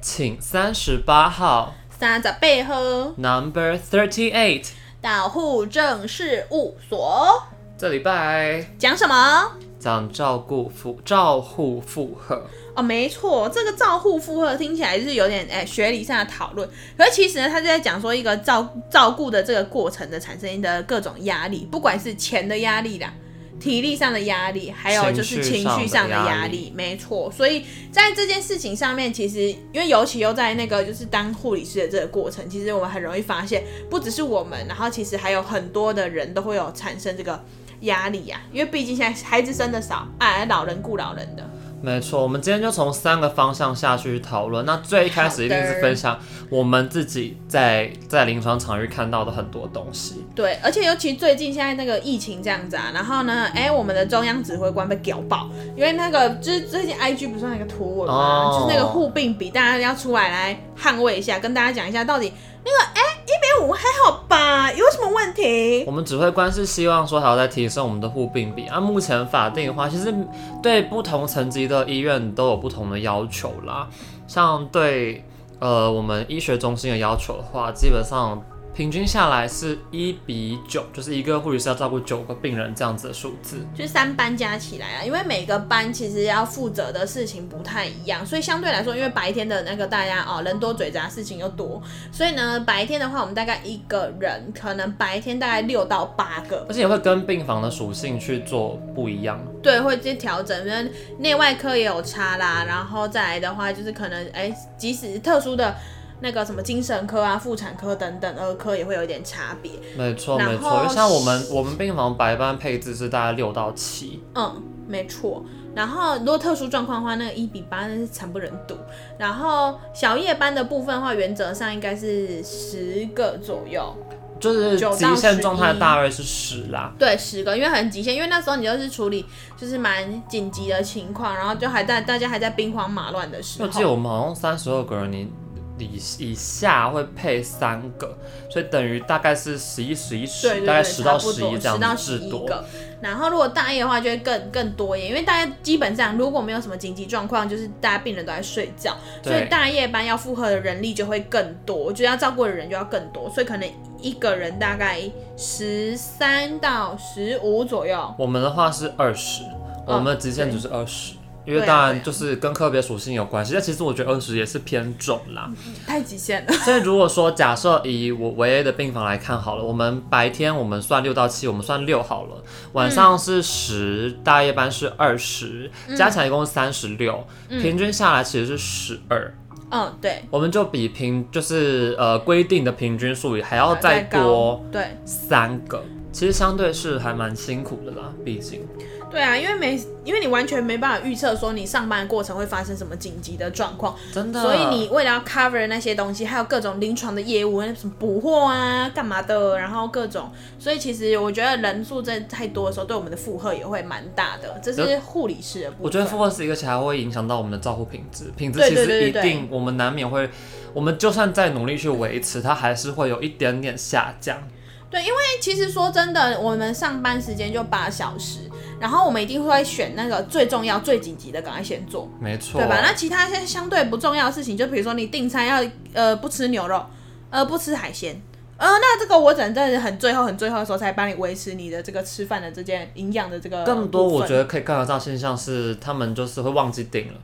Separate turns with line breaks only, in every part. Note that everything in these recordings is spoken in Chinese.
请三十八号
三十八号
Number Thirty Eight
到户政事务所
这礼拜
讲什么？
讲照顾负照护负荷，
哦，没错，这个照护负荷听起来是有点哎、学理上的讨论，可是其实呢，他是在讲说一个照照顾的这个过程的产生的各种压力，不管是钱的压力啦。体力上的压力，还有就是情
情
绪
绪上
上的
的
压
压力
力，没错。所以在这件事情上面，其实因为尤其又在那个就是当护理师的这个过程，其实我们很容易发现，不只是我们，然后其实还有很多的人都会有产生这个压力呀、因为毕竟现在孩子生的少，哎，老人顾老人的。
没错。我们今天就从三个方向下去讨论。那最一开始一定
好的
是分享我们自己在在临床场域看到的很多东西。
对，而且尤其最近现在那个疫情这样子啊，然后呢，哎、我们的中央指挥官被屌爆，因为那个就是最近 IG 不是那个图文嘛，
哦
就是那个护病比，大家要出来来捍卫一下，跟大家讲一下到底那个哎一百五还好吧，有什么问题？
我们指挥官是希望说还要再提升我们的护病比。按、啊目前法定的话，其实对不同层级的医院都有不同的要求啦。像对呃我们医学中心的要求的话，基本上平均下来是一比九，就是一个护理师要照顾九个病人这样子的数字。
就是三班加起来啊，因为每个班其实要负责的事情不太一样，所以相对来说，因为白天的那个大家哦人多嘴杂，事情又多，所以呢白天的话，我们大概一个人可能白天大概六到八个，
而且也会跟病房的属性去做不一样。
对，会去调整，因为内外科也有差啦，然后再来的话就是可能哎，即使特殊的那个什么精神科啊、妇产科等等儿科也会有一点差别，
没错，
然后
没错，就像我们我们病房白班配置是大概六到七，
嗯，没错。然后如果特殊状况的话，那个一比八那是惨不忍睹。然后小夜班的部分的话，原则上应该是十个左右，
就是
9到
极限
11
状态大概是十啦。
对，十个，因为很极限，因为那时候你就是处理就是蛮紧急的情况，然后就还在大家还在兵荒马乱的时
我记得
候，
我们好像三十二个人，你以以下会配三个，所以等于大概是十一、十一、
对对
十，
对，
大概十到
差不
十
多
一这样
10到
子至
11
多。
个。然后如果大夜的话，就会更更多一点，因为大家基本上如果没有什么紧急状况，就是大家病人都在睡觉，所以
对，
大夜班要负荷的人力就会更多，就要照顾的人就要更多，所以可能一个人大概十三到十五左右。
我们的话是二十，
哦
我们的极限值是二十。因为
对啊
当
对
然
啊
就是跟科别属性有关系，但其实我觉得二十也是偏重啦。
嗯太极限了。
所以如果说假设以我唯 A 的病房来看好了，我们白天我们算六到七，我们算六好了，晚上是十、大夜班是二十、加起来一共是三十六，平均下来其实是十二、
嗯，对，
我们就比平就是呃规定的平均数还要再
再
多
高。对
三个，其实相对是还蛮辛苦的啦，毕竟。
对啊，因为没，因为你完全没办法预测说你上班的过程会发生什么紧急的状况，
真的，
所以你为了要 cover 那些东西，还有各种临床的业务，那什么补货啊、干嘛的，然后各种，所以其实我觉得人数真的太多的时候，对我们的负荷也会蛮大的。这是护理师的部分。
我觉得负荷是一个，其实还会影响到我们的照护品质。品质
对
其
对对
实一
对对
定，我们难免会，我们就算再努力去维持，它还是会有一点点下降。
因为其实说真的，我们上班时间就八小时，然后我们一定会选那个最重要、最紧急的，赶快先做。
没错，
对吧？那其他一些相对不重要的事情，就比如说你订餐要呃不吃牛肉，呃不吃海鲜，呃那这个我只能在很最后很最后的时候才帮你维持你的这个吃饭的这件营养的这个
更多
部
我
分
觉得可以看得到现象是，他们就是会忘记订了，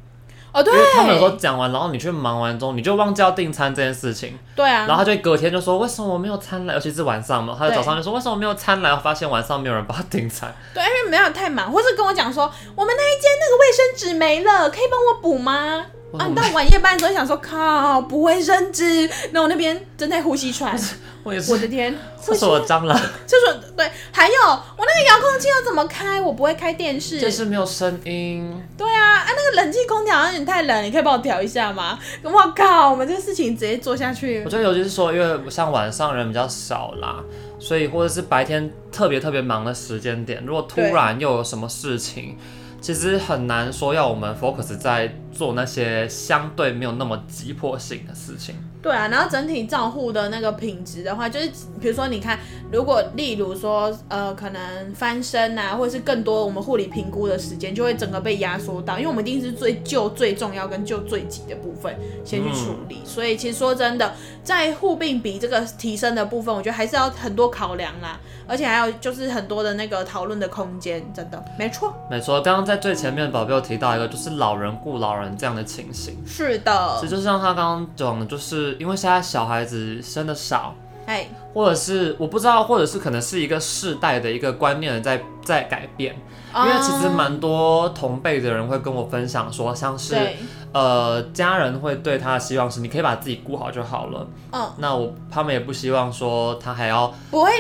哦对
因为他们有时候讲完，然后你去忙完之后，你就忘记要订餐这件事情，
对啊，
然后他就隔天就说为什么我没有餐来，尤其是晚上嘛，他就
对
早上就说为什么没有餐来，发现晚上没有人帮他订餐，
对，因为没有太忙，或是跟我讲说我们那一间那个卫生纸没了，可以帮我补吗？
我
啊，
怎
你
么
到晚夜班的时候想说靠补卫生纸，那我那边正在呼吸喘，
我也是，
我的天，
这是我的蟑螂，
厕所对，还有我那个遥控器要怎么开？我不会开电视，
就是没有声音。
对啊，啊那个冷气空调好像有点太冷，你可以帮我调一下吗？我靠，我们这个事情直接做下去
我，觉得尤其是说，因为像晚上人比较少啦，所以或者是白天特别特别忙的时间点，如果突然又有什么事情，其实很难说要我们 focus 在做那些相对没有那么急迫性的事情。
对啊，然后整体照护的那个品质的话，就是比如说你看，如果例如说呃，可能翻身啊，或者是更多我们护理评估的时间，就会整个被压缩到，因为我们一定是最救最重要跟救最急的部分先去处理。所以其实说真的，在护病比这个提升的部分，我觉得还是要很多考量啦，而且还有就是很多的那个讨论的空间，真的没错，
没错，刚刚在最前面，宝贝有提到一个就是老人顾老人这样的情形，
是的
其实，就像他刚刚讲的，就是因为现在小孩子生的少，
哎，
或者是我不知道，或者是可能是一个世代的一个观念在在改变，因为其实
嗯
蛮多同辈的人会跟我分享说，像是
哦对，
呃家人会对他的希望是你可以把自己顾好就好了，
嗯，
那我他们也不希望说他还要
不会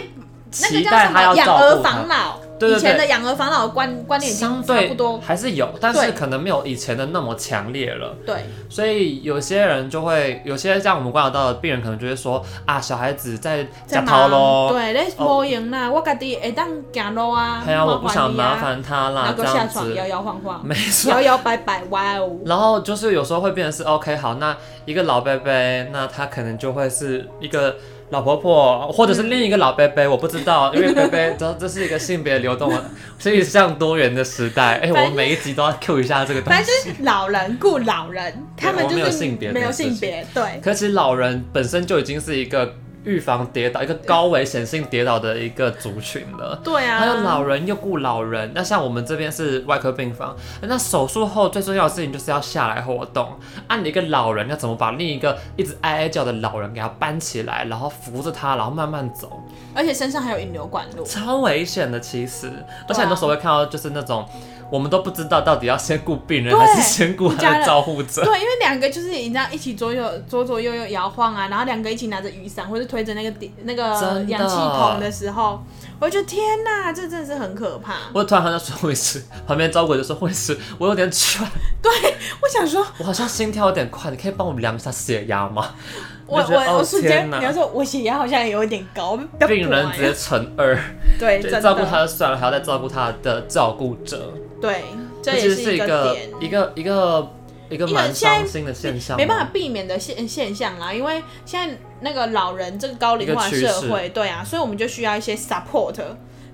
那
期
个叫
待
什
他
么
要
养
照
儿
顾
防
他，
老，
对对对
以前的养儿防老的观观念已经
相
差
对
不多，
还是有，但
对
是可能没有以前的那么强烈了。
对，
所以有些人就会，有些像我们观察到的病人，可能就会说啊，小孩子在
在
假逃
忙
喽，
对，你无用啦，我家己会当行路啊，
哎呀，哦我不想
麻
麻烦
烦
他
你啊，
啦
能，够
这
下
样
床
子
摇，摇晃 晃，
没错。
摇摇摆摆，哇哦，
然后就是有时候会变成是哦 OK，好，那一个老伯伯，那他可能就会是一个老婆婆，或者是另一个老伯伯，我不知
嗯
道，因为伯伯这这是一个性别流 动的，所以像多元的时代，哎、
反
我
正
每一集都要 Q 一下这个东
反正
西。
就是老人顾老人，他们
我
就
没有
是
性别
没有
这件
性
事情
别，对，
可是其实老人本身就已经是一个预防跌倒、一个高危险性跌倒的一个族群了。
对啊，
还有老人又顾老人，那像我们这边是外科病房，那手术后最重要的事情就是要下来活动。按、你一个老人要怎么把另一个一直哀哀叫的老人给他搬起来，然后扶着他，然后慢慢走，
而且身上还有引流管路，
超危险的其实。而且很多时候会看到就是那种。我们都不知道到底要先顾病人
对
还是先顾
家
他
人
的照护者，
对，因为两个就是你知道一起左右左左右右摇晃啊，然后两个一起拿着雨伞或者推着那个电那个
真的
氧气筒的时候，我就觉得天哪，这真的是很可怕。
我突然看到说护士，旁边招鬼就说护士，我有点喘，
我想说，
我好像心跳有点快，你可以帮我量一下血压吗？
我
你就觉得
我
哦
我瞬间，
天哪
你要说我血压好像也有一点高，不要
病人
管啊
直接乘二，
对
就
真的
照顾他就算了，还要再照顾他的照顾者，
对，这
其
也
实
是
是
一
一
个
个
点。
一个一个一个
因为
蛮
现在
伤心的现象，
没办法。避免的现现象啦，因为现在那个老人这个高龄化
一个趋势
社会，对啊，所以我们就需要一些 support，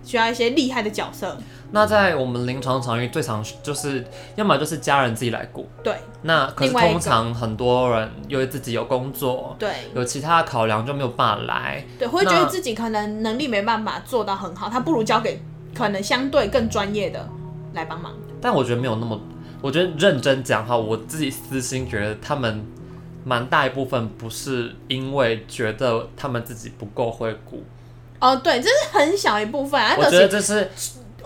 需要一些厉害的角色，
那在我们临床场域最常就是，要么就是家人自己来顾，
对
那可是
另外一个
通常很多人由于自己有工作，
对
有其他的考量就没有办法来，
对，会觉得
那
自己可能能力没办法做到很好，他不如交给可能相对更专业的来帮忙。
但我觉得没有那么，我觉得认真讲哈，我自己私心觉得他们蛮大一部分不是因为觉得他们自己不够会顾，
哦，对，这是很小一部分啊，
我
就
觉得
是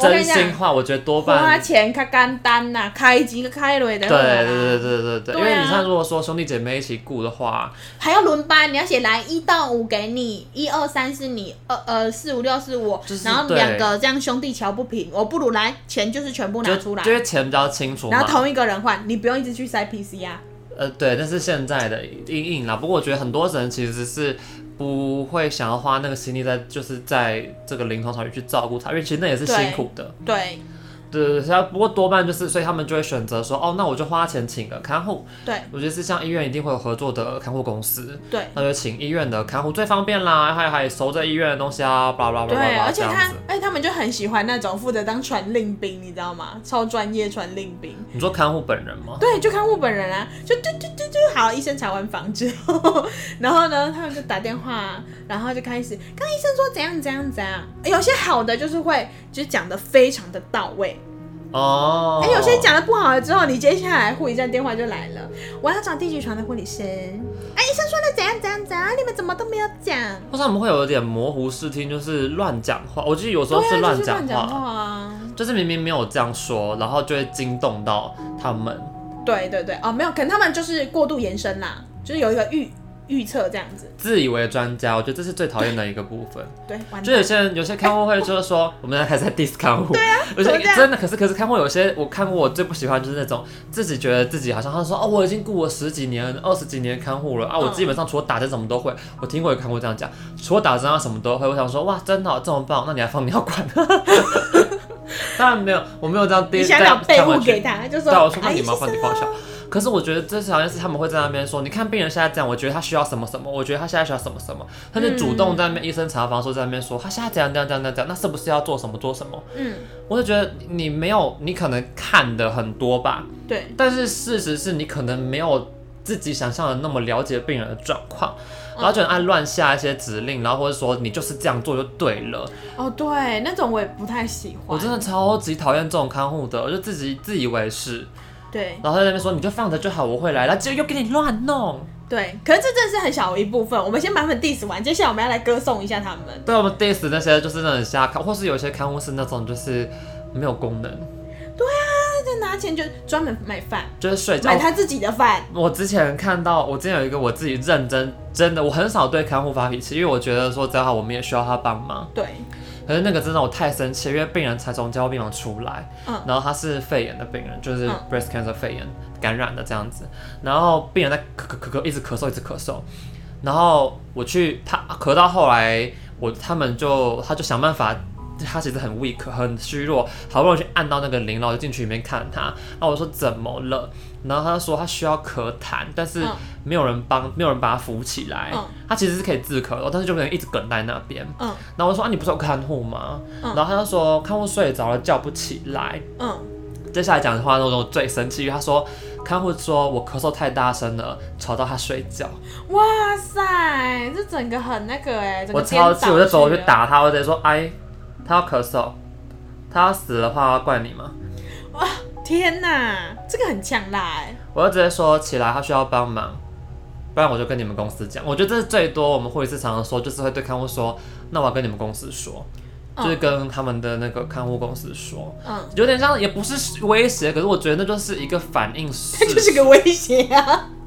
这是
我跟
真
你讲
心话，我觉得多
花
半。
钱较简单呐、开机较开累的。
对对对，对对对，
对啊
因为你看，如果说兄弟姐妹一起顾的话，
还要轮班，你要写来一到五给你，一二三是你，二呃四五六是我，
就是
然后
对
两个这样兄弟瞧不平，我不如来钱就是全部拿
就
出来
就，是钱比较清楚
然后
嘛。
同一个人换，你不用一直去塞 PC 啊。
呃，对，那是现在的阴影啦。不过我觉得很多人其实是不会想要花那个心力在，就是在这个临床场域去照顾他，因为其实那也是
对
辛苦的。
对
对对对，他不过多半就是，所以他们就会选择说，哦，那我就花钱请个看护。
对
我觉得是像医院一定会有合作的看护公司，
对
那就请医院的看护最方便啦，还还熟这医院的东西啊，巴拉巴拉巴拉
对，
巴拉
而
这
且
样
他
子。，
而且他们就很喜欢那种负责当传令兵，你知道吗？超专业传令兵。
你说看护本人吗？
对，就看我本人啊，就就就就就好，医生查完房之后，然后呢，他们就打电话，然后就开始，刚医生说怎样怎样怎样，哎有些好的就是会就是讲的非常的到位，
哦，
哎、有些讲的不好了之后，你接下来护理站电话就来了，我要找第几床的护理师，哎、医生说的怎样怎样怎样，你们怎么都没有讲，
或者他们会有点模糊视听，就是乱讲话。我记得有时
对
候
啊，
乱
就是
讲
乱讲话啊。
就是明明没有这样说，然后就会惊动到他们。
对对对，哦，没有，可能他们就是过度延伸啦，就是有一个预预测这样子，
自以为专家，我觉得这是最讨厌的一个部分。
对，完
就有些人，有些看护会就是说， 我们要开始在 diss 看护。对啊，有
怎
些
么这样
真的，可是可是看护有些我看过，我最不喜欢就是那种自己觉得自己好像他说哦，我已经雇我十几年、二十几年看护了啊，我
嗯
基本上除了打针什么都会。我听过有看护这样讲，除了打针啊什么都会。我想说哇，真哦好，这么棒，那你还放尿管？ 当然没有，我没有这样 diss。
你想找
但
备
看
物
回去
给他，就说
对啊，我说那
哎
你
医
麻烦你
生
帮我一下
哦。
可是我觉得这是好像是他们会在那边说，你看病人现在这样，我觉得他需要什么什么，我觉得他现在需要什么什么，他就主动在那边医生查房的时候在那边说他现在怎样怎样怎样怎样，那是不是要做什么做什么？
嗯，
我就觉得你没有，你可能看的很多吧，
对，
但是事实是你可能没有自己想象的那么了解病人的状况，然后就很爱乱下一些指令，然后或者说你就是这样做就对了。
哦对，那种我也不太喜欢。
我真的超级讨厌这种看护的，我就自己自以为是，
对
然后在那边说你就放着就好，我会来，然后结果又给你乱弄。
对，可是这真的是很小的一部分。我们先把他们 diss 完，接下来我们要来歌颂一下他们。
对我们 diss 那些就是那种瞎看，或是有些看护是那种就是没有功能，
他在拿钱就专门买饭，
就是睡觉
买。哎他自己的饭。
我之前看到，我之前有一个我自己认真真的，我很少对看护发脾气，因为我觉得说只要好我们也需要他帮忙。
对，
可是那个真的我太生气，因为病人才从交病房出来，
嗯
然后他是肺炎的病人，就是
嗯
breast cancer 肺炎感染的这样子，然后病人在咳咳咳咳一直咳嗽一直咳嗽，然后我去他咳到后来我他们就他就想办法。他其实很 weak，很虚弱，好不容易去按到那个铃，然后我就进去里面看他。然后我说怎么了？然后他就说他需要咳痰，但是
嗯
没有人帮，没有人把他扶起来。
嗯
他其实是可以自咳的，但是就不能一直梗在那边。
嗯
然后我就说啊，你不是有看护吗？
嗯
然后他就说看护睡着了，叫不起来。
嗯，
接下来讲的话，那种最生气，因为他说看护说我咳嗽太大声了，吵到他睡觉。
哇塞，这整个很那个哎、整
我
个
超
颠
气，
倒
我就走过去
了。
打他，我直接说哎，他要咳嗽，他要死的话要怪你吗？
天哪，这个很呛辣哎、
我就直接说起来，他需要帮忙，不然我就跟你们公司讲。我觉得这是最多我们护理师常常说，就是会对看护说，那我要跟你们公司说，就是
嗯
跟他们的那个看护公司说。
嗯，
有点像，也不是威胁，可是我觉得那就是一个反应事
这 就是个威胁啊。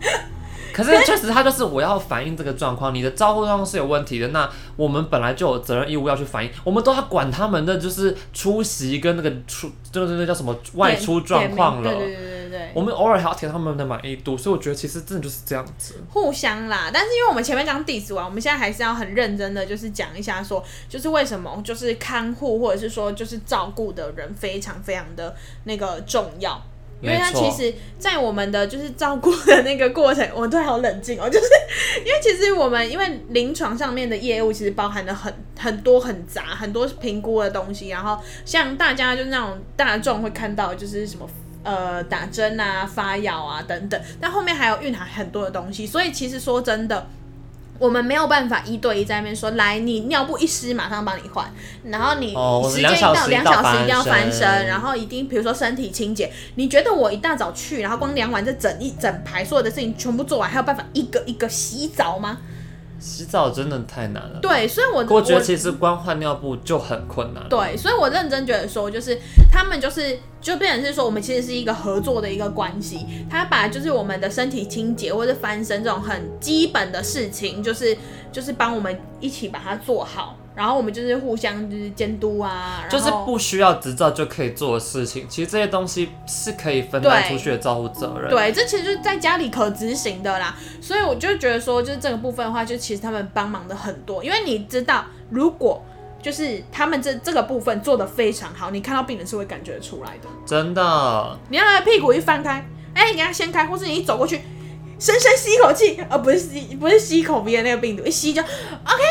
可是确实，他就是我要反映这个状况，你的照顾状况是有问题的，那我们本来就有责任义务要去反映，我们都要管他们的就是出席跟那个出，就是那叫什么外出状况了
对。对对对对
我们偶尔还要填他们的满意度，所以我觉得其实真的就是这样子。
互相啦，但是因为我们前面刚 diss 完，我们现在还是要很认真的，就是讲一下说，就是为什么就是看护或者是说就是照顾的人非常非常的那个重要。因为它
没错
其实，在我们的就是照顾的那个过程，我突然好冷静哦，就是 因为其实我们因为临床上面的业务其实包含了很很多很杂很多评估的东西，然后像大家就是那种大众会看到就是什么。呃，打针啊、发药啊等等，但后面还有蕴含很多的东西，所以其实说真的，我们没有办法一对一在那边说，来，你尿布一湿马上帮你换，然后你
哦
时间一
两小
到
时
两
到
小时一定要
翻
翻
身
身，然后一定比如说身体清洁，你觉得我一大早去，然后光量完这整一整排所有的事情全部做完，还有办法一个一个洗澡吗？
洗澡真的太难了，
对，所以我
我觉得其实光换尿布就很困难。
对，所以我认真觉得说，就是他们就是就变成是说，我们其实是一个合作的一个关系。他把就是我们的身体清洁或者翻身这种很基本的事情，就是就是帮我们一起把它做好，然后我们就是互相就是监督啊，然后
就是不需要执照就可以做的事情，其实这些东西是可以分担
对
出去的照顾责任。
对，这其实就是在家里可执行的啦。所以我就觉得说，就是这个部分的话，就其实他们帮忙的很多，因为你知道，如果就是他们这这个部分做的非常好，你看到病人是会感觉出来的。
真的，
你让他屁股一翻开，哎、你给他掀开，或是你一走过去，深深吸一口气，呃，不是吸，不是吸一口鼻的那个病毒，一吸就 OK，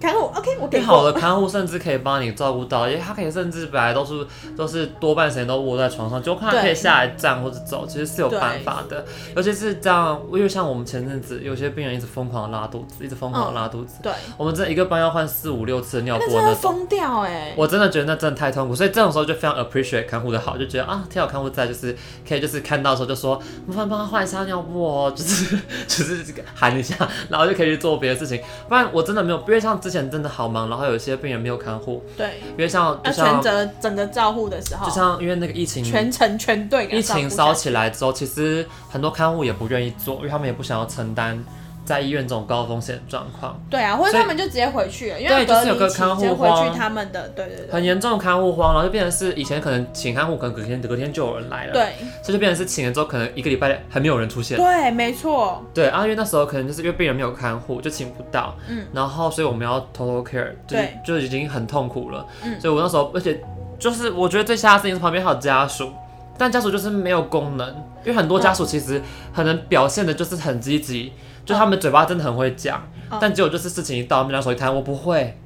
看我 OK，我给
更好
过。
的看护甚至可以帮你照顾到，因为他可以甚至本来都是都是多半时间都窝在床上，就看他
对
可以下来站或者走，其实是有
对
办法的。尤其是这样，因为像我们前阵子有些病人一直疯狂地拉肚子，一直疯狂地拉肚子，
对，
我们这一个班要换四五六次尿
嗯那
布的
真的
那种。
会疯掉哎、
我真的觉得那真的太痛苦，所以这种时候就非常 appreciate 看护的好，就觉得啊，天好看护在，就是可以就是看到的时候就说麻烦帮他换一下尿布哦， 就是就是这个喊一下，然后就可以去做别的事情。不然我真的没有，因为像之前真的好忙，然后有一些病人没有看护，
对，
因为像就
要
像
啊全
就
责整个照护的时候，
像因为那个疫情
全程全队给
疫
他照顾
情
下
烧
去。
起来之后，其实很多看护也不愿意做，因为他们也不想要承担在医院这种高风险的状况。
对啊，或者
所以
他们就直接回去了，因
对
为
就
隔
是有
离
个
期
看护
间回
荒
去他们的，对对对
很严重的看护荒，然后就变成是以前可能请看护，可能隔天隔天就有人来了，
对
这就变成是请了之后，可能一个礼拜还没有人出现。
对，没错，
对，啊，因为那时候可能就是因为病人没有看护，就请不到，
嗯，
然后所以我们要偷偷 care，就是
对
就已经很痛苦了，
嗯
所以我那时候，而且就是我觉得最吓的事情是旁边还有家属，但家属就是没有功能，因为很多家属其实可能表现的就是很积极，就他们嘴巴真的很会讲，
嗯
但结果就是事情一到，他们两手一摊，我不会。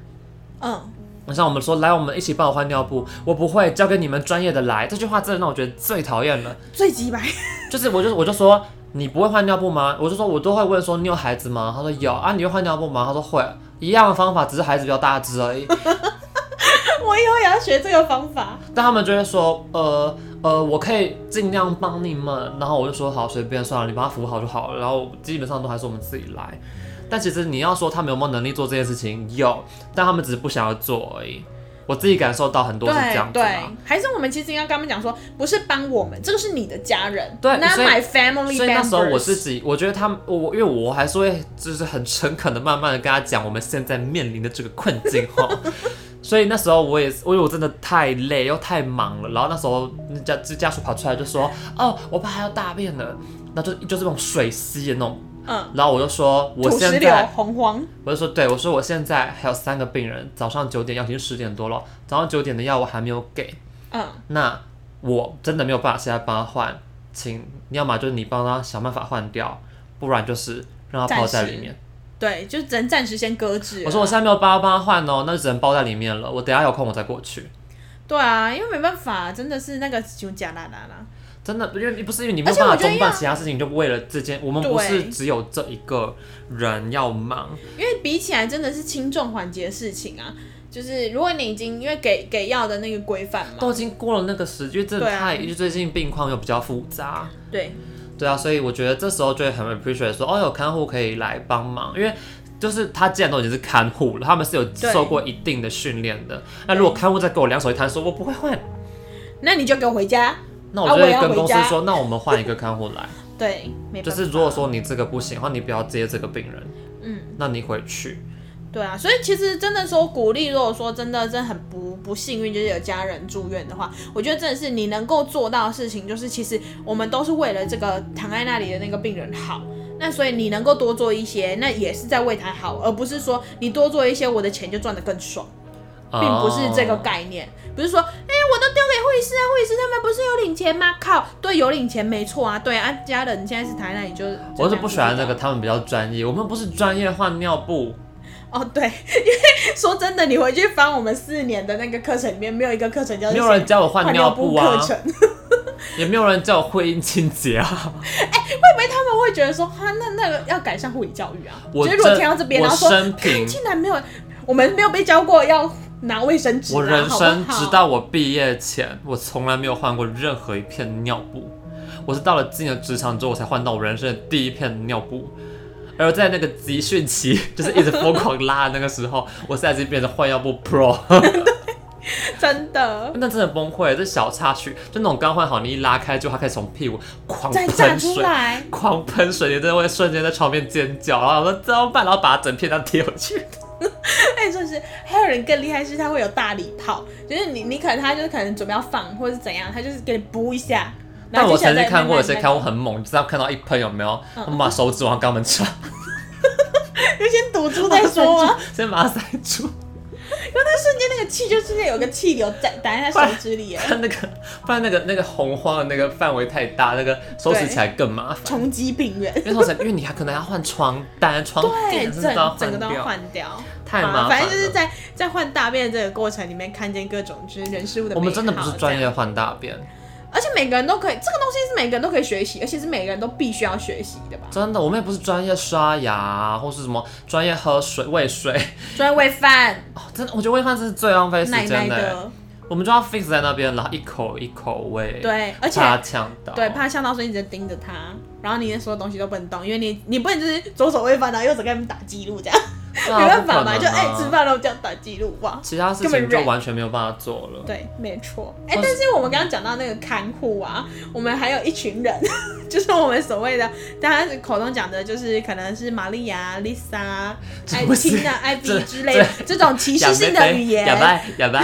嗯，
像我们说，来，我们一起帮我换尿布，我不会，交给你们专业的来。这句话真的让我觉得最讨厌了。
最鸡白，
就是我就我就说你不会换尿布吗？我就说我都会问说你有孩子吗？他说有啊，你会换尿布吗？他说会，一样的方法，只是孩子比较大只而已。
我以后也要学这个方法。
但他们就会说，呃呃，我可以尽量帮你们，然后我就说好，随便算了，你帮他服务好就好了。然后基本上都还是我们自己来。但其实你要说他们有没有能力做这件事情，有，但他们只是不想要做而已。我自己感受到很多是这样
对
子
对
啦。，
还是我们其实应该跟他们讲说，不是帮我们，这个是你的家人
对
，Not
所以
my family
所以那时候我
members。
自己，我觉得他们，我我因为我还是会就是很诚恳的，慢慢的跟他讲我们现在面临的这个困境哈。所以那时候我也是，因为我真的太累又太忙了，然后那时候那家家属跑出来就说：“哦，我爸要大便了。”那就就是那种水稀的那种，
嗯，
然后我就说我
土石
现
流
在，
洪荒，
我就说对，我说我现在还有三个病人，早上九点药已经十点多了，早上九点的药我还没有给，
嗯，
那我真的没有办法现在帮他换，请要么就是你帮他想办法换掉，不然就是让他泡在里面。
对，就只能暂时先搁置。
我说我现在没有办法帮他换哦，那就只能包在里面了。我等一下有空我再过去。
对啊，因为没办法，真的是那个就假啦啦啦。
真的，因为不是因为你没有
而且
办
我
法
觉得
中断
要
其他事情，就为了这件，我们
对
不是只有这一个人要忙。
因为比起来真的是轻重缓急的事情啊。就是如果你已经因为给给药的那个规范嘛，
都已经过了那个时，因为真的
对啊
太，因为最近病况又比较复杂。
对，
对啊，所以我觉得这时候就会很 appreciate 说，哦，有看护可以来帮忙，因为就是他既然都已经是看护了，他们是有
对
受过一定的训练的。那如果看护再给我两手一摊，说我不会换，
那你就给我回家。
那我
啊
就
我
会
要
跟
回
公司
家
说，那我们换一个看护来。
对， 没办法
就是如果说你这个不行，或你不要接这个病人，
嗯，
那你回去。
对啊，所以其实真的说鼓励，如果说真的真的很不不幸运，就是有家人住院的话，我觉得真的是你能够做到的事情，就是其实我们都是为了这个躺在那里的那个病人好。那所以你能够多做一些，那也是在为他好，而不是说你多做一些，我的钱就赚得更爽。并不是这个
哦
概念，不是说，哎、我都丢给护士啊，护士他们不是有领钱吗？靠，对，有领钱没错啊，对啊，家人现在是台那里就，
我
就是这样
不喜
子
欢那
的
个，他们比较专业，我们不是专业换尿布，
哦，对，因为说真的，你回去翻我们四年的那个课程里面，没有一个课程叫
没
做
有人教我换
呃换
尿
布
布
课
啊，
程，
也没有人叫我会阴清洁啊。
他们会觉得说，哈，那那个要改善护理教育啊。
我
所以如果
真
听到这边，
我
然后说，
生
看
平
竟然没有，我们没有被教过要拿卫生纸啊、
我人生
好不好
直到我毕业前，我从来没有换过任何一片尿布。我是到了进了职场之后，我才换到我人生的第一片尿布。而在那个集训期，就是一直疯狂拉的那个时候，我现在已经变成换尿布 Pro，
真的
那真的崩溃。这小插曲，就那种刚换好，你一拉开，就它开始从屁股狂
再炸
喷
出
水，
来。
狂喷水，你真的会瞬间在床边尖叫，然后我说怎么办？然后把它整片这样贴回去。
哎，就是还有人更厉害，是他会有大礼炮，就是你你可能他就是可能准备要放或者是怎样，他就是给你补一下。然
但
后
我
接下
曾
来
经
再
看过有
慢慢
些
那个嗯
看我很猛，就是他看到一喷有没有，他们把手指往肛门插。
就 先堵住再说啊吗？
先把它塞住，
那瞬间那个气就瞬间有个气流在打在他手 指里，哎
不然那个不然那个那个洪荒的那个范围太大，那个收拾起来更麻烦。
冲击病人。
因为收拾，因为你还可能要换床单、床
对，
垫，
整
甚至都要
整个
换
都
掉，
要换掉，
太
啊
麻
反
烦
正就是
了。
在在换大便的这个过程里面，看见各种就是人事物的。
我们真的不是专业，换大便，
而且每个人都可以，这个东西是每个人都可以学习，而且是每个人都必须要学习的 吧？
真的，我们也不是专业刷牙或是什么专业喝水、喂水。
专业喂饭，
哦，真的，我觉得喂饭真是最浪费时
奶奶
间的。
的，
我们就要 fix 在那边，然后一口一口喂，，
对，而且
哎怕呛到，
对，怕呛到，所以你只能盯着他，然后你的所有东西都不能动，因为你你不能就是左手喂饭，然后右手跟他们打记录这样，
对啊，
没办
不可
法嘛，
能
就
啊
哎、吃，饭了这样打记录哇。
其他事
根本
情就
rap
完全没有办法做了。
对，没错。哎、
或
但
是
是我们刚刚讲到那个看护啊，我们还有一群人， 就是我们所谓的，大家口中讲的，就是可能是玛丽亚、Lisa、艾
不是
汀啊、艾
这
比之 类的这种歧视性的语言，
哑巴哑 巴，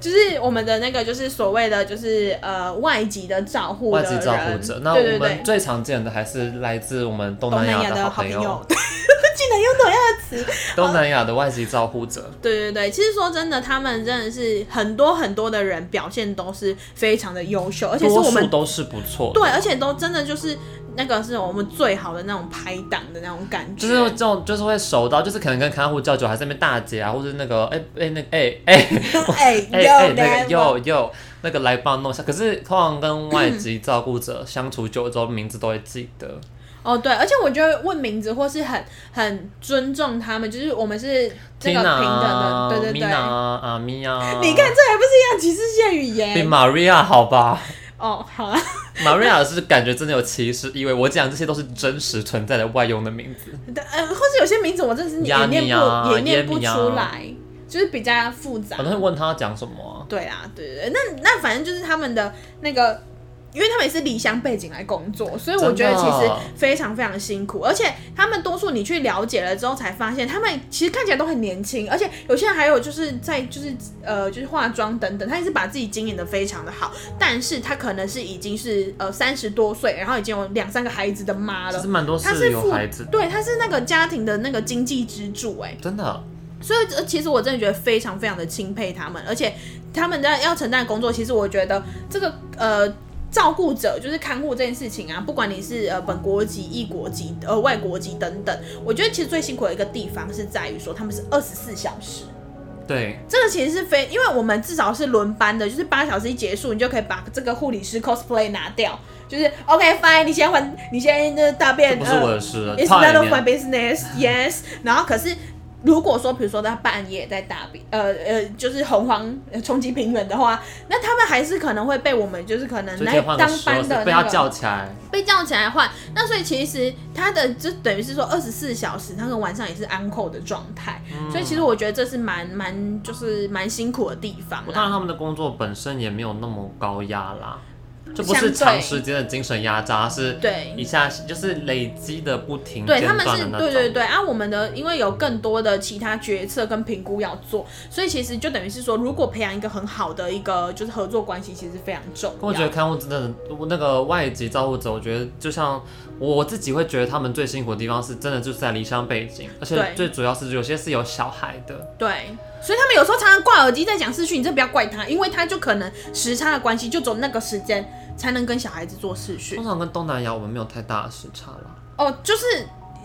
就是我们的那个，就是所谓的，就是呃外籍的照护
外
的
籍
人，
照顾者。那
对对
我
对
们，最常见的还是来自我们东
东
南
南亚
亚
的
的
好
好朋
朋友
友，，
竟然用同样的词，
东南亚的外籍照护者，
对对对，其实说真的，他们真的是很多很多的人表现都是非常的优 秀，而且是
多
我
数
们
都是不错的。
对，而且都真的就是那个是我们最好的那种拍档的那种感觉，
就是这种，就是会熟到，就是可能跟看护叫久，还在那边大姐啊，或者那个，哎、哎、那个，哎、哎、
哎
哎、
有
哎那个又
有
又那个来帮我弄一 下。可是通常跟外籍照顾者相处久了之后，名字都会记得。
哦对，而且我觉得问名字或是很很尊重他们，就是我们是这
Tina
个平等
啊
的，对对对。
Mina 啊阿咪啊，
你看，这还不是一样歧视性语
比
言？
Maria 好吧
哦，好啊，
？Maria 是感觉真的有歧视意味。我讲这些都是真实存在的外佣的名 字，
但呃，或是有些名字我真的是也
亚
念
米
不、
啊
也念不
耶米啊
出来，就是比较复杂。
可能会问他讲什么啊、
对啊，对对对，那那反正就是他们的那个，因为他们也是离乡背景来工作，所以我觉得其
真的
实非常非常辛苦，而且他们多数你去了解了之后才发现，他们其实看起来都很年轻，而且有些人还有就是在就是呃就是化妆等等，他也是把自己经营的非常的好，但是他可能是已经是呃三十多岁，然后已经有两三个孩子的妈
其实
了。
蛮多
他是
有
父
孩子的，
对，他是那个家庭的那个经济支柱、哎，
真的。
所以这其实我真的觉得非常非常的钦佩他们，而且他们在要承担的工作，其实我觉得这个呃。照顾者就是看护这件事情啊，不管你是呃本国籍、异国籍、呃外国籍等等，我觉得其实最辛苦的一个地方是在于说他们是二十四小时，
对，
这个其实是非，因为我们至少是轮班的，就是八小时一结束，你就可以把这个护理师 cosplay 拿掉，就是 OK fine，你先还，你先呃大
这
便，
不是
呃
我的事了。
It's
差
none
一
of my
点，
business. Yes. 然后可是。如果说，比如说他半夜在大比，呃呃，就是洪荒呃冲击平原的话，那他们还是可能会被我们就是可能
所以可
来
以换个
当
时
班
候
的
被
那
他
个
叫起来。
被叫起来换。那所以其实他的就等于是说二十四小时，他跟晚上也是 uncle 的状态。
嗯
所以其实我觉得这是蛮蛮就是蛮辛苦的地方
不当然，
啦。
他们的工作本身也没有那么高压啦，就不
相
是
对
长时间的精神压榨，是
对，
一下就是累积的不停
对，
间
他
断
们
的
是
那种。
对对对啊，我们的因为有更多的其他决策跟评估要做，所以其实就等于是说，如果培养一个很好的一个就是合作关系，其实非常重
可
要。
我觉得看护真的，那个外籍照顾者，我觉得就像我我自己会觉得他们最辛苦的地方是真的就是在离乡背景，而且
对
最主要是有些是有小孩的，
对，所以他们有时候常常挂耳机在讲事讯，你这不要怪他，因为他就可能时差的关系，就走那个时间才能跟小孩子做事
通
讯。
常跟东南亚我们没有太大的时差啦。
哦，就是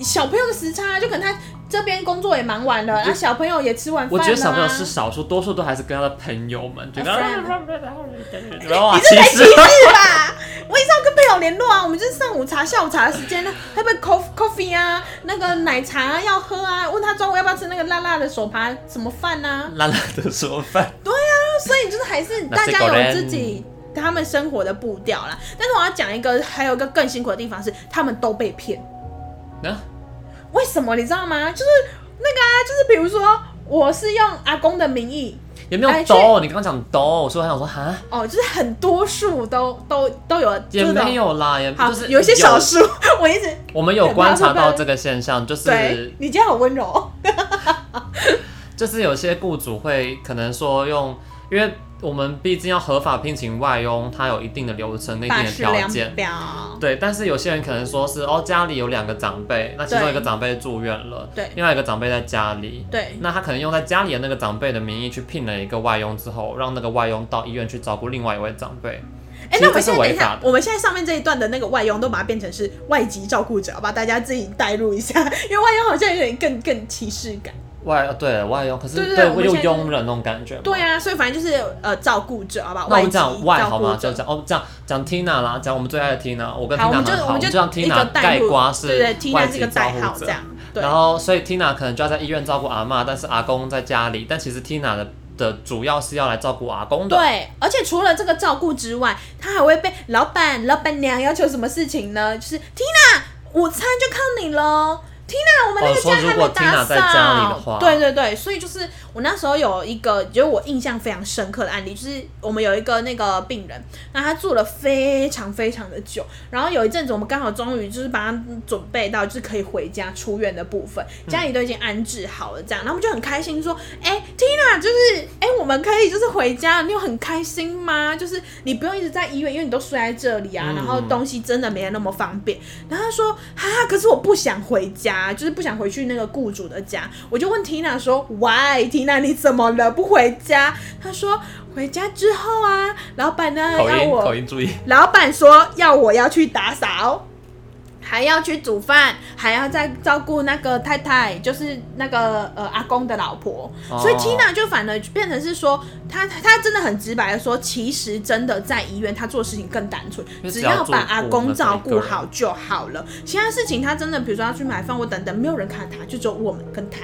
小朋友的时差，就可能他这边工作也忙完了，那啊小朋友也吃完
我
饭
觉
了、啊
得小朋友是少数，多数都还是跟他的朋友们，觉得然后
你
啊
这
其
才歧
实
视吧？我一直要跟朋友联络啊，我们就是上午茶、下午茶的时间呢，会不会 coffee coffee 啊？那个奶茶、啊、要喝啊？问他中午要不要吃那个辣辣的手扒什么饭啊？
懒懒的说饭。
所以就是还是
那
大
是
家
狗人
有自己他们生活的步调啦。但是我要讲一个，还有一个更辛苦的地方是，他们都被骗。
啊
为什么你知道吗？就是那个啊，就是比如说我是用阿公的名义，
也没有
哎
抖，你刚刚讲抖，所以我还想说哈，
哦，就是很多数都都都有
也
这种
没。有啦，也
好，
就是
有一些少数， 我一直
我们有观察到这个现象，就是
对你今天好温柔，哦
就是有些雇主会可能说用，因为我们毕竟要合法聘请外佣，它有一定的流程跟一定
大
的
师
条
量
件。
表，
对，但是有些人可能说是哦，家里有两个长辈，那其中
对
一个长辈住院了，
对
另外一个长辈在家里，
对
那他可能用在家里的那个长辈的名义去聘了一个外佣之后，让那个外佣到医院去照顾另外一位长辈。
哎、
其
那
实这是
我们现在等
违
一下
法，的。
我们现在上面这一段的那个外佣都把它变成是外籍照顾者，好吧？大家自己代入一下，因为外佣好像有点更更歧视感。
外对外佣，可是
对对对我们
又
现在就是
佣人那种感觉嘛。
对啊，所以反正就是呃照顾者，好吧？
那我们
籍照
讲外好
顾
吗？就
者。
讲哦，讲讲 Tina 啦，讲我们最爱的 Tina，我跟
好，
Tina
我们就
蛮好，
我们
就
就
让
一个
Tina
代
盖
入，
瓜是
对对
外
，Tina 是一
籍
个
照
代号
顾
这
者
样，，对
然后所以 Tina 可能就要在医院照顾阿嬷，但是阿公在家里，但其实 Tina 的的主要是要来照顾阿公的，
对，而且除了这个照顾之外，他还会被老板、老板娘要求什么事情呢？就是 Tina，午餐就靠你喽。Tina，我们那
哦
个
说
家还
如果
没打
Tina 在家里的
扫
话。
对对对，所以就是我那时候有一个，就是我印象非常深刻的案例，就是我们有一个那个病人，那他住了非常非常的久，然后有一阵子我们刚好终于就是把他准备到就是可以回家出院的部分，家里都已经安置好了这样，然后我们就很开心说，哎、t i n a 就是哎、我们可以就是回家，你有很开心吗？就是你不用一直在医院，因为你都睡在这里啊，
嗯
然后东西真的没那么方便。然后他说啊，可是我不想回家，家，就是不想回去那个雇主的家。我就问缇娜说：“Why？Tina 你怎么了？不回家？”她说：“回家之后啊，老板呢
口
要
音
我
口音注意，
老板说要我要去打扫，还要去煮饭，还要再照顾那个太太，就是那个呃阿公的老婆。
哦
所以 Tina 就反而变成是说，她她她真的很直白的说，其实真的在医院她做事情更单纯，
因为
只
只要
要把
照顾
阿公
那
照
一个
顾
人
好就好了。其他事情她真的，比如说要去买饭或等等，没有人看她，就只有我们跟她。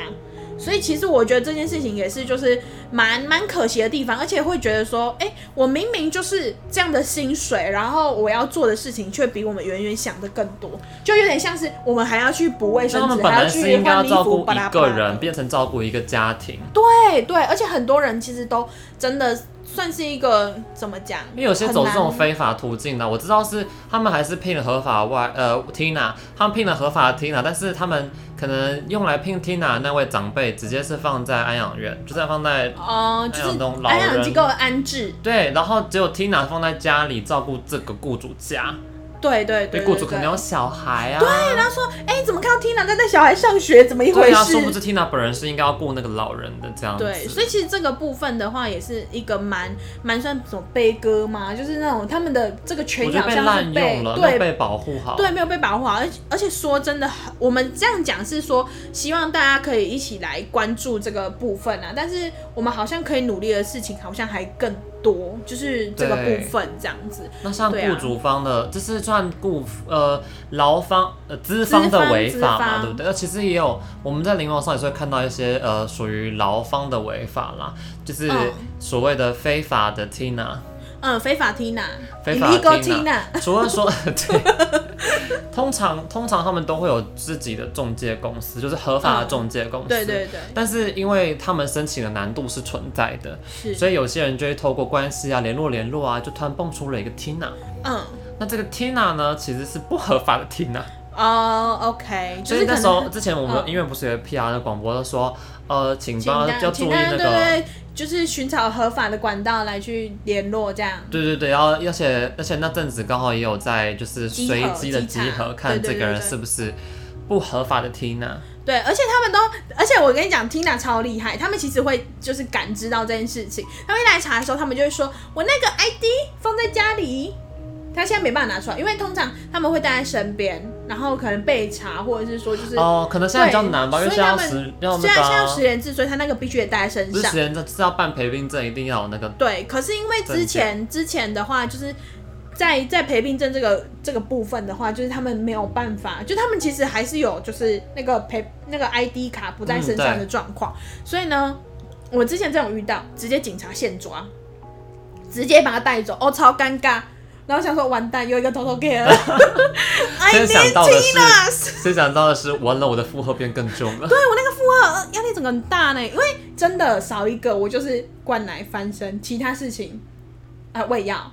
所以其实我觉得这件事情也是就是蛮蛮可惜的地方，而且会觉得说，哎、我明明就是这样的薪水，然后我要做的事情却比我们远远想的更多，就有点像是我们还要去补卫
那他
生
们
纸，
本
还
来
要
是
去
应该要
换衣
照
服，
顾
巴拉
一
巴
个
拉的
人，。变成照顾一个家庭。
对对，而且很多人其实都真的算是一个怎么讲，
因为有些走这种
很难
非法途径的，我知道是他们还是聘了合法外呃 Tina，他们聘了合法的 Tina，但是他们可能用来聘 Tina 的那位长辈，直接是放在安养院，就是放在
哦、就
那种
是
老人
养机构的安置，
对，然后只有 Tina 放在家里照顾这个雇主家，
对对对
对，
对
雇主可
对
能有小孩啊，
对，他说，哎、怎么看到 Tina 在带小孩上学，怎么一回
对
事？
啊，殊不知 Tina 本人是应该要顾那个老人的这样子，
对，所以其实这个部分的话，也是一个蛮蛮算什么悲歌嘛，就是那种他们的这个权
我
益
就
好
被
像是
滥
被
用了，没有
对
被保护好，
对没有被保护好，而且而且说真的，我们这样讲是说希望大家可以一起来关注这个部分啊，但是我们好像可以努力的事情好像还更多，就是这个
对
部分这样子。
那像
对啊
雇主方的，这是算雇呃劳方呃资方
资方
的违法
资
嘛，
方
对不对？那其实也有我们在临床上也是会看到一些呃属于劳方的违法啦，就是
嗯
所谓的非法的 Tina，、
嗯，非法 Tina，
非法
illegal
Tina 除了说 对，通常通常他们都会有自己的中介公司，就是合法的
嗯
中介公司。
对对对，
但是因为他们申请的难度是存在的，
是，
所以有些人就会透过关系啊、联络联络啊，就突然蹦出了一个 Tina。
嗯，
那这个 Tina 呢，其实是不合法的 Tina，
哦、o k 就
所
是
以
可
那
能
时候之前我
嗯
们医院不是有一个 PR 的广播都说，呃，请帮
请大
要注意
请大
那
家
个，
对对，就是寻找合法的管道来去联络这样。
对对对，然后而且而且那阵子刚好也有在就是
集
随
合
机的
稽
集
查
合，看
对
这
对
个
对
人
对
是不是不合法的 Tina，
对，而且他们都，而且我跟你讲，Tina 超厉害，他们其实会就是感知到这件事情。他们一来查的时候，他们就会说：“我那个 ID 放在家里，他现在没办法拿出来，因为通常他们会带在身边，然后可能被查，或者是说就是。
哦，可能现在比较难吧，因
对
为现在要
所以他们
实要
虽
那
然
个
现在
啊
要，十连制，所以他那个必须得带在身
不是
上
实。验证，是要办陪病证，一定要有那个，
对，可是因为之前之前的话，就是在在陪病证这个这个部分的话，就是他们没有办法，就他们其实还是有就是那个陪那个 ID 卡不在身上的状况，
嗯
所以呢，我之前这种遇到，直接警察现抓，直接把他带走，哦，超尴尬。然后想说完蛋，又一个偷偷 get 了，I
先
need
想到的是
Tina，
先想到的是，完了我的负荷变更重了，
对我那个负荷压力整个很大呢，因为真的少一个，我就是灌奶翻身，其他事情啊、喂药，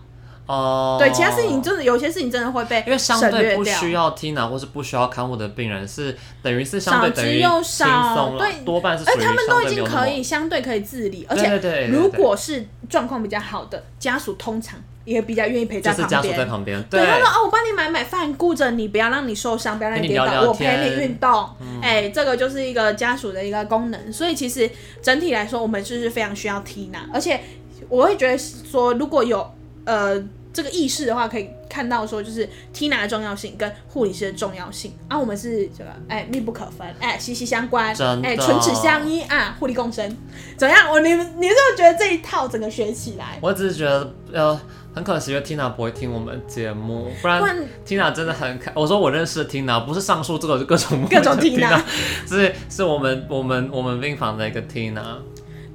哦，
对，其他事情真的有些事情真的会被
因为相
省
对
略
不
掉。
需要 Tina 或是不需要看护的病人是等于是相对
少之
等于
又
轻
少
松了
对，
多半是属
而
于
哎他
相
们都
对
已
没
经
有那
可
么。
以相对可以自理，而
对对
且
对对对
如果是状况比较好的家属，通常也比较愿意陪
就
在
是
旁
家属在
边。
旁边，
对，他说哦，我帮你买买饭，顾着你，不要让你受伤，不要让
跟你
跌倒，
聊聊
我陪
天嗯
你运动。哎、这个就是一个家属的一个功能。所以其实整体来说，我们就是非常需要 Tina，而且我会觉得说，如果有呃这个意识的话，可以看到说就是 Tina 的重要性跟护理师的重要性啊，我们是这个哎密不可分，哎息息相关
真，的
哎唇齿相依啊，互利共生。怎样？我你们你是不是觉得这一套整个学起来，
我只是觉得呃很可惜，因为 Tina 不会听我们节目，不然
不然
Tina 真的很开。我说我认识的 Tina，不是上述这个各种
各种
Tina，是是我们我们我们病房的一个 Tina。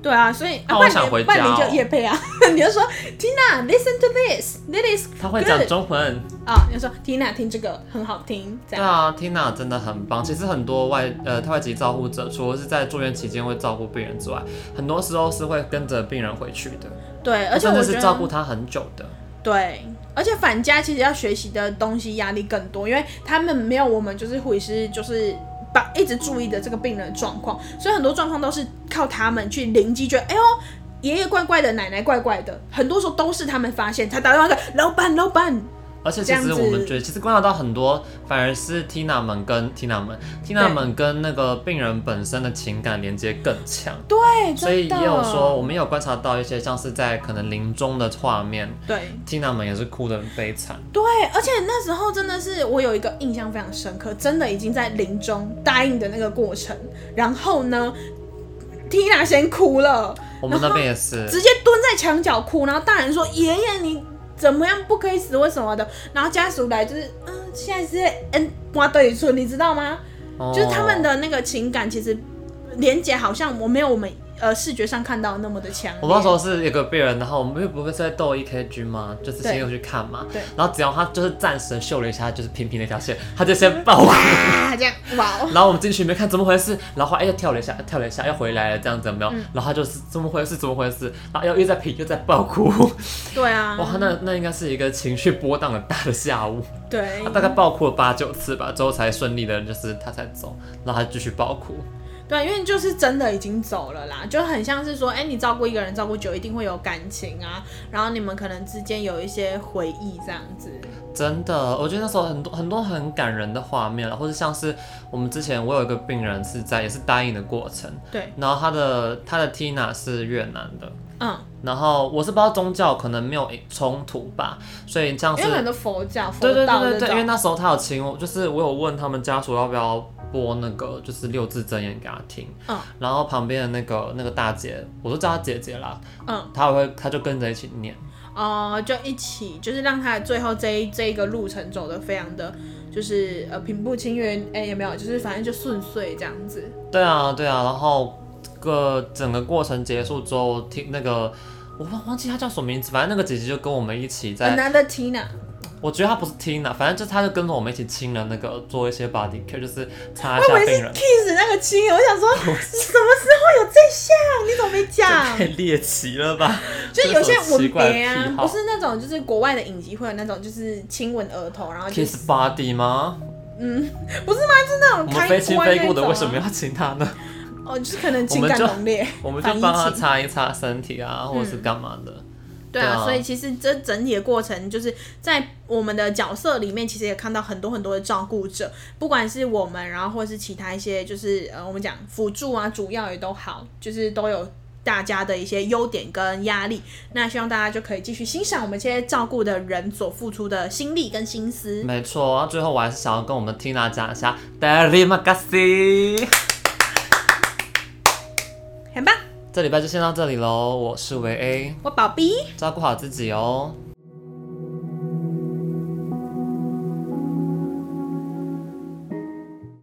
对啊，所以
那
啊，
我想回
半年半
家
年
哦
就夜配啊， 你就说 Tina，listen to this，this is
他会讲
good
中文，
啊，你就说 Tina 听这个很好听，这
对
样
啊，Tina 真的很棒。其实很多外呃外籍照护者，除了是在住院期间会照顾病人之外，很多时候是会跟着病人回去的。
对，而且
啊真
我
的
觉
是照
得
顾他很久的，
对，而且返家其实要学习的东西压力更多，因为他们没有我们就是护理师就是。把一直注意的这个病人的状况，所以很多状况都是靠他们去灵机，觉得哎呦，爷爷怪怪的，奶奶怪怪的，很多时候都是他们发现才打电话给老板，老板，
而且其
这
实
样子
我们觉得，其实观察到很多，反而是 Tina 们跟 Tina 们，Tina 们跟那个病人本身的情感连接更强，
对，
所以
真的
也有说，我们也有观察到一些像是在可能临终的画面
对
，Tina 们也是哭得很悲惨。
对，而且那时候真的是我有一个印象非常深刻，真的已经在临终答应的那个过程，然后呢，Tina 先哭了，
我们那边也 是，
直接蹲在墙角哭，然后大人说：“爷爷，你怎么样不可以死为什么的？”然后家属来就是，嗯，现在是在嗯挖对村，你知道吗？就是他们
哦。
的那个情感其实连接好像我没有我们呃视觉上看到的那么的强烈。
我那时候是一个病人，然后我们又不会是在斗 EKG 吗？就是先
对
又去看嘛。
对。
然后只要他就是暂时秀了一下，就是平平的一条线，他就先爆哭。
啊这样哇 哦，
然后我们进去里面看怎么回事，然后哎、又跳了一下，跳了一下又回来了，这样子有没有？
嗯
然后他就是怎么回事，怎么回事？然后又又在皮又在爆 哭，
对啊，
哇，那那应该是一个情绪波荡很大的下午，
对
他大概爆哭了八九次吧，之后才顺利的，就是他才走，然后他继续爆哭。
对，因为就是真的已经走了啦，就很像是说，哎、你照顾一个人照顾久，一定会有感情啊，然后你们可能之间有一些回忆这样子。
真的，我觉得那时候很多很多很感人的画面了，或者像是我们之前我有一个病人是在也是答应的过程，
对，
然后他的他的 Tina 是越南的，
嗯，
然后我是不知道宗教可能没有冲突吧，所以像
因
是
为很多佛教、佛
对对
道
对
这
对对，因为
种，
那时候他有请我，就是我有问他们家属要不要播那个就是六字真言给他听，
嗯
然后旁边的那个那个大姐，我都叫她姐姐啦，
嗯，
她会她就跟着一起念，
哦、就一起，就是让他最后这一这一个路程走的非常的，就是呃平步青云，哎、也没有，就是反正就顺遂这样子。
对啊对啊，然后这个整个过程结束之后，听那个我忘忘记她叫什么名字，反正那个姐姐就跟我们一起在，
Another Tina，
我觉得她不是听啦，反正就她就跟着我们一起亲了那个做一些 body care，就是擦一
我以
下
为
病
是
人。
kiss 那个亲，我想 说什么时候有这项？你怎么没讲？
太猎奇了吧？
就是有些
这是什么奇
吻
怪的
别啊
癖，好
不是那种就是国外的影集会有那种就是亲吻额头，然后就是
kiss body 吗？
不是吗？就是那
我
种
们
开
非亲
关
非
那
故
种、
的，
啊。
为什么要请他 呢？
哦，就是可能情
我们
感
就
浓烈。
我们就帮他擦一擦身体啊，或者是干嘛的。
对
对
啊，
啊
所以其实这整体的过程，就是在我们的角色里面，其实也看到很多很多的照顾者，不管是我们，然后或是其他一些，就是呃，我们讲辅助啊、主要也都好，就是都有大家的一些优点跟压力。那希望大家就可以继续欣赏我们这些照顾的人所付出的心力跟心思。
没错，然后最后我还是想要跟我们 Tina 讲一下 Terima kasih。
很棒，
这礼拜就先到这里喽，我是维 A，
我宝贝。
照顾好自己哦，